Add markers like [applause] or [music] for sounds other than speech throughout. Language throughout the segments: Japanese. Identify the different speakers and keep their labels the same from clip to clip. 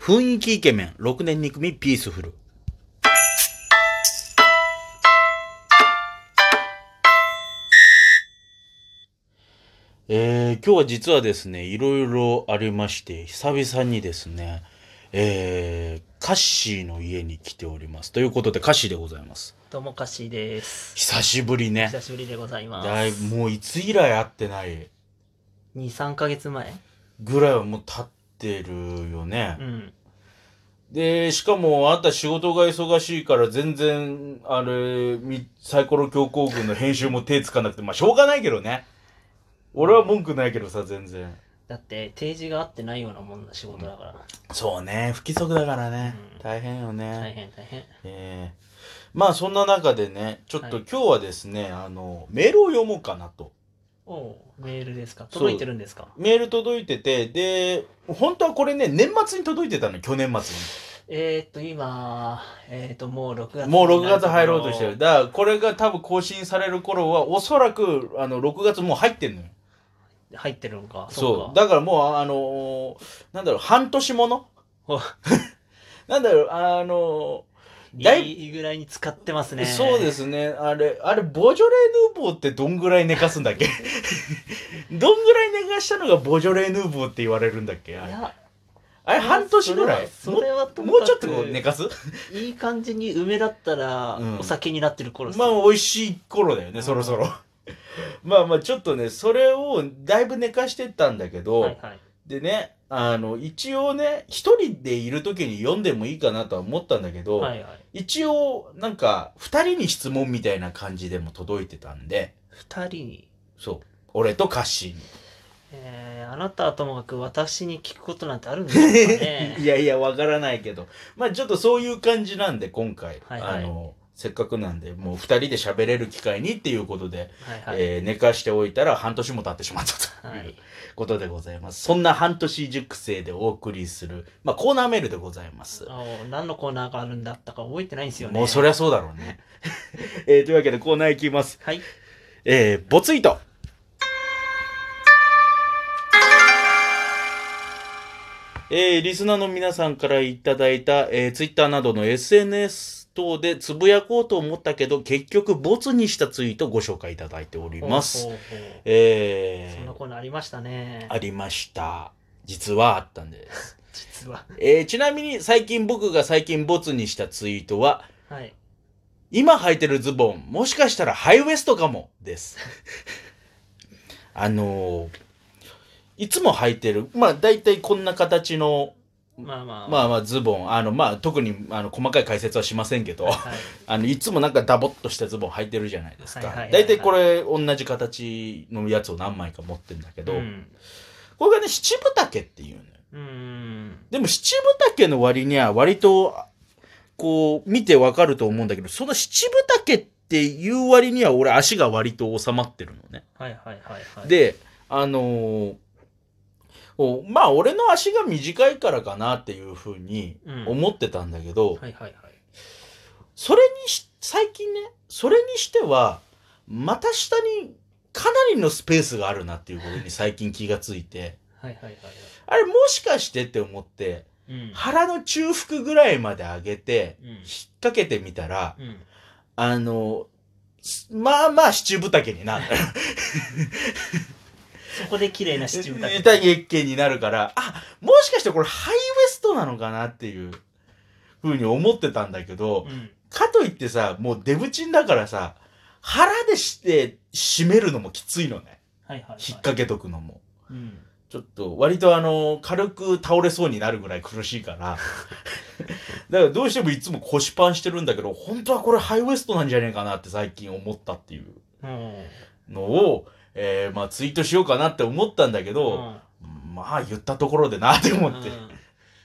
Speaker 1: 雰囲気イケメン、6年2組ピースフル。えー、今日は実はですね、いろいろありまして、久々にですね、えー、カッシーの家に来ております。ということで、カッシーでございます。
Speaker 2: どうも、カッシーです。
Speaker 1: 久しぶりね。
Speaker 2: 久しぶりでございます。
Speaker 1: だいもういつ以来会ってない
Speaker 2: ?2、3ヶ月前
Speaker 1: ぐらいはもう経ってるよね。
Speaker 2: うん。
Speaker 1: で、しかも、あんた仕事が忙しいから、全然、あれ、サイコロ強行軍の編集も手つかなくて、まあ、しょうがないけどね。俺は文句ないけどさ全然
Speaker 2: だって提示が合ってないようなもんな仕事だから、
Speaker 1: うん、そうね不規則だからね、うん、大変よね
Speaker 2: 大変大変
Speaker 1: ええー、まあそんな中でねちょっと今日はですね、はい、あのメールを読もうかなと
Speaker 2: おメールですか届いてるんですか
Speaker 1: メール届いててで本当はこれね年末に届いてたの去年末に
Speaker 2: えっと、今、えー、っと、もう6月。
Speaker 1: もう6月入ろうとして [laughs] る。だから、これが多分更新される頃は、おそらく、あの、6月もう入ってんのよ。
Speaker 2: 入ってるのか。
Speaker 1: そうだからもう、あのー、なんだろう、半年も [laughs] のなんだろう、あの
Speaker 2: ー、だいいぐらいに使ってますね。
Speaker 1: そうですね。あれ、あれ、ボジョレ・ヌーボーってどんぐらい寝かすん
Speaker 2: [laughs]
Speaker 1: だっけどんぐらい寝かしたのがボジョレ・ヌーボーって言われるんだっけあれ。あれ半年ぐらい
Speaker 2: それは
Speaker 1: ともうちょっと寝かす
Speaker 2: いい感じに梅だったら、お酒になってる頃、
Speaker 1: うん、まあ、美味しい頃だよね、そろそろ。 [laughs] まあまあちょっとねそれをだいぶ寝かしてたんだけど、
Speaker 2: はいはい、
Speaker 1: でねあの一応ね一人でいる時に読んでもいいかなとは思ったんだけど、、
Speaker 2: はいはい
Speaker 1: 一応なんか2人に質問みたいな感じでも届いてたんで
Speaker 2: 2人に
Speaker 1: そう俺とカッシーに。
Speaker 2: えー、あなたはともかく私に聞くことなんてあるんですかね
Speaker 1: [laughs] いやいやわからないけどまあちょっとそういう感じなんで今回、
Speaker 2: はいはい、
Speaker 1: あのせっかくなんで、もう二人で喋れる機会にっていうことで、
Speaker 2: はいはい、
Speaker 1: えー、寝かしておいたら半年も経ってしまったという、ことでございます。そんな半年熟成でお送りする、まあ、コーナーメールでございます。
Speaker 2: 何のコーナーがあるんだったか覚えてないんですよね。
Speaker 1: もうそりゃそうだろうね。 [laughs] えー、というわけでコーナーいきます。
Speaker 2: はい。
Speaker 1: えー、ボツイート。えー、リスナーの皆さんからいただいた、えー、ツイッターなどの SNS 等でつぶやこうと思ったけど結局ボツにしたツイートご紹介いただいております。ほえ
Speaker 2: ー、そんなコーナーありましたね。
Speaker 1: ありました。実はあったんです。
Speaker 2: 実は、
Speaker 1: えー、ちなみに最近僕が最近ボツにしたツイート [laughs] は、
Speaker 2: はい、
Speaker 1: 今履いてるズボンもしかしたらハイウエストかもです。 [laughs] あのー、いつも履いてる、まあ大体こんな形の
Speaker 2: まあまあ、
Speaker 1: まあまあズボンあのまあ特にあの細かい解説はしませんけど、
Speaker 2: はい、はい、
Speaker 1: あのいつもなんかダボっとしたズボン履いてるじゃないですか
Speaker 2: 大
Speaker 1: 体、これ同じ形のやつを何枚か持ってるんだけ [laughs] ど、うん、これがね七分丈っていうのよ、
Speaker 2: うん、
Speaker 1: でも七分丈の割には割とこう見てわかると思うんだけどその七分丈っていう割には俺足が割と収まってるのね
Speaker 2: はいはいはい、はい、
Speaker 1: であのーまあ俺の足が短いからかなっていうふうに思ってたんだけど、それにし最近ねそれにしては股下にかなりのスペースがあるなっていうことに最近気がついて
Speaker 2: はいはいはい、はい、
Speaker 1: あれもしかしてって思って、
Speaker 2: うん、
Speaker 1: 腹の中腹ぐらいまで上げて、
Speaker 2: うん、引っ
Speaker 1: 掛けてみたら、
Speaker 2: うん、
Speaker 1: あのまあまあ七分丈になる。
Speaker 2: そこで綺麗 [laughs] なシチューだ
Speaker 1: った月経になるから、あ、もしかしてこれハイウエストなのかなっていうふうに思ってたんだけど、
Speaker 2: うん、
Speaker 1: かといってさ、もうデブチンだからさ、腹でして締めるのもきついのね。
Speaker 2: はいはい、はい、
Speaker 1: 引っ掛けとくのも。
Speaker 2: うん、
Speaker 1: ちょっと割とあの、軽く倒れそうになるぐらい苦しいから。
Speaker 2: [laughs]
Speaker 1: だからどうしてもいつも腰パンしてるんだけど、本当はこれハイウエストなんじゃねえかなって最近思ったっていうのを、
Speaker 2: うん
Speaker 1: えー、まあツイートしようかなって思ったんだけど、うん、まあ言ったところでなって思って、うん、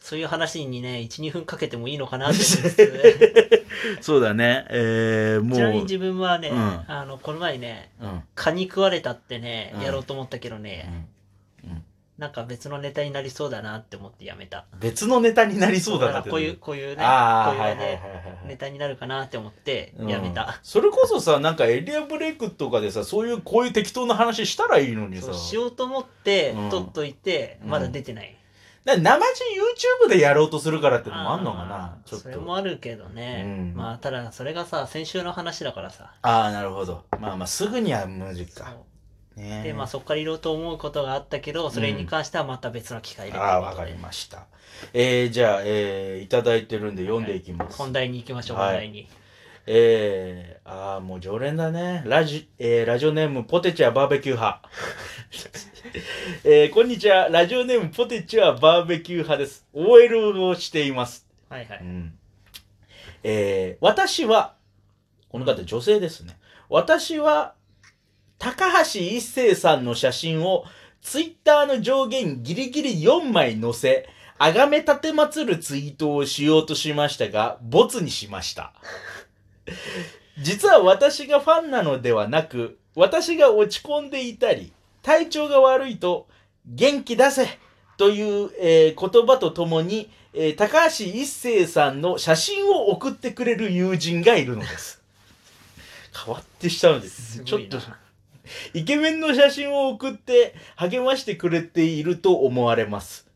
Speaker 2: そういう話にね12分かけてもいいのかなって
Speaker 1: そうだねえー、 [laughs] もう
Speaker 2: ちなみに自分はね、
Speaker 1: うん、
Speaker 2: あのこの前ね、
Speaker 1: 蚊
Speaker 2: に食われたってねやろうと思ったけどね、なんか別のネタになりそうだなって思ってやめた。
Speaker 1: 別のネタになりそうだな
Speaker 2: こういう、こういうね、こういうね、ネタになるかなって思ってやめた、うん、
Speaker 1: それこそさ、なんかエリアブレイクとかでさ、そういう、こういう適当な話したらいいのにさ。
Speaker 2: しようと思って、取っといて、うん、まだ出てない。
Speaker 1: うんだから生地 YouTube でやろうとするからってのもあんのかな
Speaker 2: あー
Speaker 1: ちょっ
Speaker 2: それ
Speaker 1: と。
Speaker 2: もあるけどね、
Speaker 1: うん
Speaker 2: まあただそれがさ先週の話だからさ
Speaker 1: ああ、なるほど。まあまあ、すぐには無理か。
Speaker 2: そう
Speaker 1: ね
Speaker 2: でまあそこからいろいろと思うことがあったけどそれに関してはまた別の機会で、
Speaker 1: ああ、わかりました。えー、じゃあ、えー、いただいてるんで読んでいきます。
Speaker 2: 本題に行きましょう、
Speaker 1: はい
Speaker 2: 本題に
Speaker 1: えー、ああ、もう常連だね。ラジ、えー、ラジオネーム、ポテチはバーベキュー派。 [laughs] えー、こんにちは。ラジオネーム、ポテチはバーベキュー派です。OL をしています。
Speaker 2: はいは
Speaker 1: う
Speaker 2: い
Speaker 1: ん。えー、私は、この方女性ですね。私は、高橋一生さんの写真を、ツイッターの上限ギリギリ4枚載せ、あがめたてまつるツイートをしようとしましたが、ボツにしました。実は私がファンなのではなく、私が落ち込んでいたり、体調が悪いと、元気出せという、えー言葉とともに、えー高橋一生さんの写真を送ってくれる友人がいるのです。 [laughs] 変わってしたのです。
Speaker 2: す
Speaker 1: ちょ
Speaker 2: ご
Speaker 1: っ
Speaker 2: い
Speaker 1: と
Speaker 2: な、
Speaker 1: イケメンの写真を送って励ましてくれていると思われます。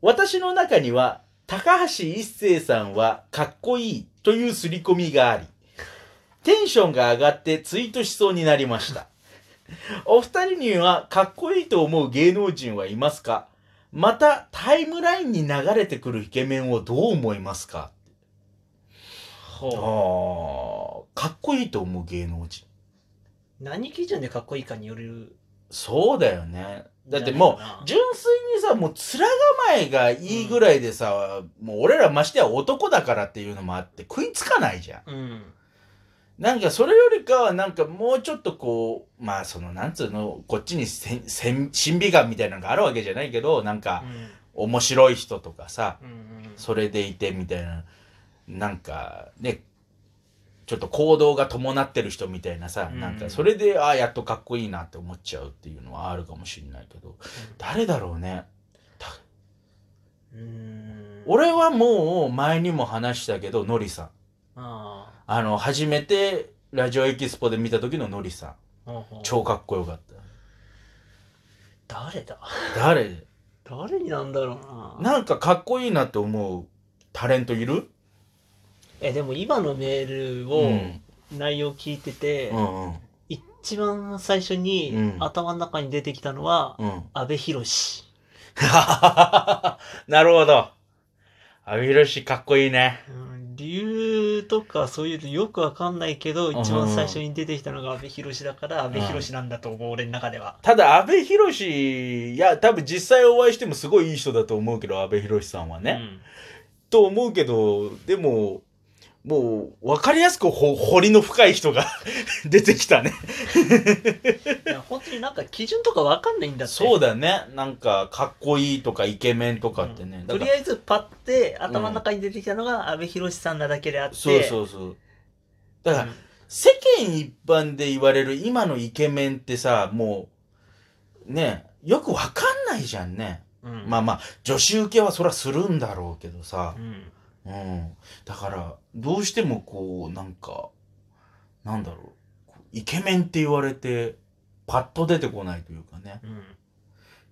Speaker 1: 私の中には、高橋一生さんはかっこいいという刷り込みがあり、テンションが上がってツイートしそうになりました。 [laughs] お二人にはかっこいいと思う芸能人はいますかまた、タイムラインに流れてくるイケメンをどう思いますかああー、
Speaker 2: ほ
Speaker 1: かっこいいと思う芸能人。
Speaker 2: う何基準でかっこいいかによる
Speaker 1: そうだよね。だってもう、
Speaker 2: う
Speaker 1: 純粋にさもう面構えがいいぐらいでさ、もう俺らましてや男だからっていうのもあって食いつかないじゃん
Speaker 2: うん
Speaker 1: なんかそれよりかはなんかもうちょっとこうまあそのなんつうのこっちにせんせん審美眼みたいなのがあるわけじゃないけどなんか
Speaker 2: うん
Speaker 1: 面白い人とかさ
Speaker 2: うんうん
Speaker 1: それでいてみたいななんかねちょっと行動が伴ってる人みたいなさ、
Speaker 2: うん
Speaker 1: なんかそれでああやっとかっこいいなって思っちゃうっていうのはあるかもしれないけど誰だろうね
Speaker 2: うん
Speaker 1: 俺はもう前にも話したけどノリさん
Speaker 2: あ
Speaker 1: あの初めてラジオエキスポで見た時のノリさん
Speaker 2: あほうほう
Speaker 1: 超かっこよかった
Speaker 2: 誰だ
Speaker 1: 誰
Speaker 2: 誰になんだろうな
Speaker 1: なんかかっこいいなって思うタレントいる
Speaker 2: えでも今のメール
Speaker 1: う
Speaker 2: を
Speaker 1: ん
Speaker 2: 内容聞いてて、
Speaker 1: うんうん
Speaker 2: 一番最初に
Speaker 1: うん
Speaker 2: 頭の中に出てきたのは、
Speaker 1: [laughs] うん
Speaker 2: 安倍博士
Speaker 1: なるほど阿部寛かっこいいね
Speaker 2: うん理由とかそういうのよくわかんないけど
Speaker 1: んうん
Speaker 2: 一番最初に出てきたのが阿部寛だから阿部寛なんだと思う俺の中では
Speaker 1: ただ阿部寛いや多分実際お会いしてもすごいいい人だと思うけど阿部寛さんはね、と思うけどでももう分かりやすくほ彫りの深い人が [laughs] 出てきたね
Speaker 2: うんいや本当になんか基準とかわかんないんだって
Speaker 1: そう
Speaker 2: う
Speaker 1: だねなんかかっこいいとかイケメンとかってね、
Speaker 2: ん
Speaker 1: だ
Speaker 2: と
Speaker 1: か
Speaker 2: り
Speaker 1: ら
Speaker 2: あえずパッて頭の中に出てきたのが阿部寛さんなだけであって
Speaker 1: そうそうそうだから、
Speaker 2: うん
Speaker 1: 世間一般で言われる今のイケメンってさもうねよく分かんないじゃんね、
Speaker 2: うん
Speaker 1: まあまあ女子受けはそりゃするんだろうけどさ
Speaker 2: う、ん
Speaker 1: うん、だからどうしてもこうなんかなんだろうこうイケメンって言われてパッと出てこないというかね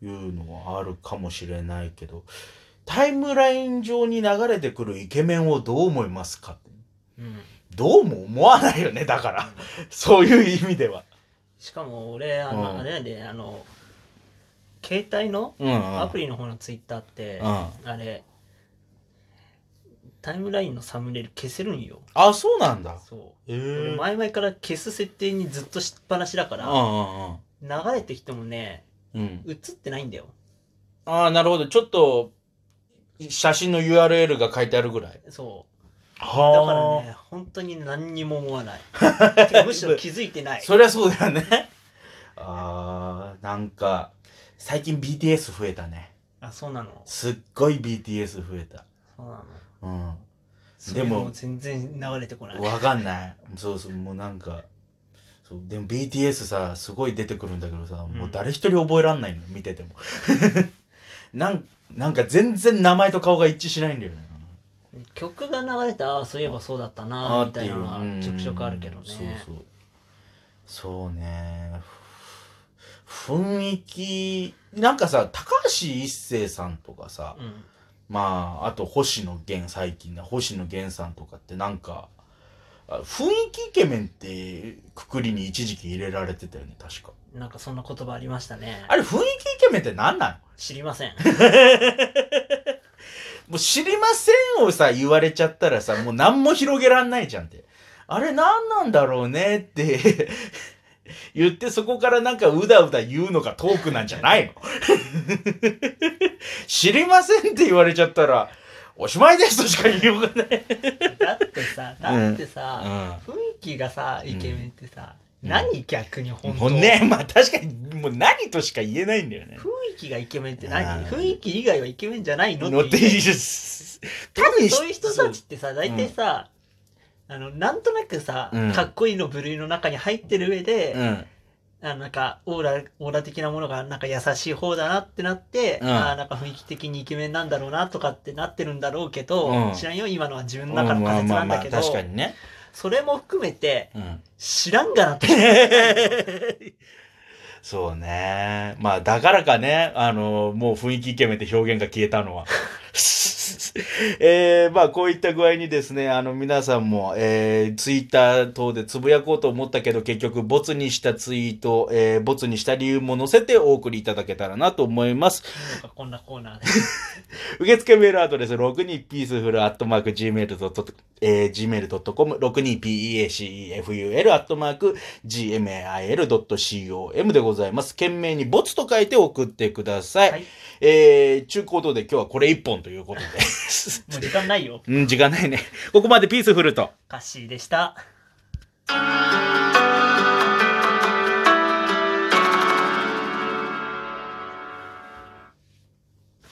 Speaker 2: うん
Speaker 1: いうのはあるかもしれないけどタイムライン上に流れてくるイケメンをどう思いますかって
Speaker 2: うん
Speaker 1: どうも思わないよねだからそういう意味では。
Speaker 2: しかも俺あの、
Speaker 1: うん
Speaker 2: あれやであの携帯の
Speaker 1: うんうん
Speaker 2: アプリの方のツイッターって、
Speaker 1: うん、
Speaker 2: あれタイムラインのサムネイル消せるんよ
Speaker 1: あそうなんだ。
Speaker 2: そ
Speaker 1: へえ
Speaker 2: う俺前々から消す設定にずっとしっぱなしだか
Speaker 1: うん
Speaker 2: ら
Speaker 1: うんうん
Speaker 2: 流れてきてもね
Speaker 1: うん、
Speaker 2: 映ってないんだよ
Speaker 1: ああなるほどちょっと写真の URL が書いてあるぐらい。
Speaker 2: そうだ
Speaker 1: は
Speaker 2: からね本当に何にも思わない
Speaker 1: [laughs]
Speaker 2: てかむしろ気づいてない
Speaker 1: そりゃそうだよね。 [laughs] あー、なんか、最近 BTS 増えたね。
Speaker 2: あそうなの
Speaker 1: すっごい BTS 増えた。
Speaker 2: そうなの
Speaker 1: うん。
Speaker 2: そうい
Speaker 1: で
Speaker 2: う
Speaker 1: も
Speaker 2: のも全然流れてこない
Speaker 1: わかんない。そうそう、もうなんか、そうでも BTS さ、すごい出てくるんだけどさ、もう誰一人覚えらんないの、見てても。 [laughs] なんなんか全然名前と顔が一致しないんだよね。
Speaker 2: 曲が流れてああそういえばそうだった
Speaker 1: あ
Speaker 2: な
Speaker 1: ー
Speaker 2: みたいなのは
Speaker 1: っていううん
Speaker 2: ちょくちょくあるけどね
Speaker 1: そうそう。そうね。ふ雰囲気、なんかさ、高橋一生さんとかさ、
Speaker 2: うん
Speaker 1: まあ、あと星野源、最近の星野源さんとかってなんか、あ雰囲気イケメンってくくりに一時期入れられてたよね、確か。
Speaker 2: なんかそんな言葉ありましたね
Speaker 1: あれ雰囲気イケメンって何なの
Speaker 2: 知り
Speaker 1: [laughs]
Speaker 2: ません
Speaker 1: もう知りませんをさ、言われちゃったらさ、もう何も広げらんないじゃんって。あれ何なんだろうねって [laughs] 言ってそこからなんかうだうだ言うのがトークなんじゃないの [laughs] 知りませんって言われちゃったら、おしまいですとしか言いようがない。
Speaker 2: だってさだってさ、雰囲気がさ
Speaker 1: ん
Speaker 2: イケメンってさ、
Speaker 1: うん
Speaker 2: 何逆に本
Speaker 1: も
Speaker 2: 当
Speaker 1: うね、まあ確かに、もう何としか言えないんだよね。
Speaker 2: 雰囲気がイケメンって何
Speaker 1: うん
Speaker 2: 雰囲気以外はイケメンじゃないの
Speaker 1: 乗っていいです。単に
Speaker 2: そういう人たちってさ大体さ、あのなんとなくさ、
Speaker 1: うん
Speaker 2: かっこいいの部類の中に入ってる上で、
Speaker 1: うん。
Speaker 2: あのなんかオーラオーラ的なものがなんか優しい方だなってなって、
Speaker 1: うん
Speaker 2: あーなんか雰囲気的にイケメンなんだろうなとかってなってるんだろうけど、
Speaker 1: うん
Speaker 2: 知らんよ今のは自分の中の仮説なんだけど、
Speaker 1: 確かにね。
Speaker 2: それも含めて
Speaker 1: うん。
Speaker 2: 知らんがなって
Speaker 1: そうね。まあ、だからかね、あの、もう雰囲気イケメンって表現が消えたのは。 [laughs] えー、まあ、こういった具合にですね、あの、皆さんも、えー、ツイッター等でつぶやこうと思ったけど、結局、ボツにしたツイート、えー、ボツにした理由も載せてお送りいただけたらなと思います。
Speaker 2: こんなコーナーで
Speaker 1: 受付メールアドレス、62ピースフルアットマーク gmail.com、62peaceful アットマーク gmail.com でございます。懸命にボツと書いて送ってください。
Speaker 2: はい
Speaker 1: えー、中高堂で今日はこれ一本ということで。
Speaker 2: もう時間ないよ
Speaker 1: うん、時間ないね。ここまでピースフルと。
Speaker 2: カッシーでした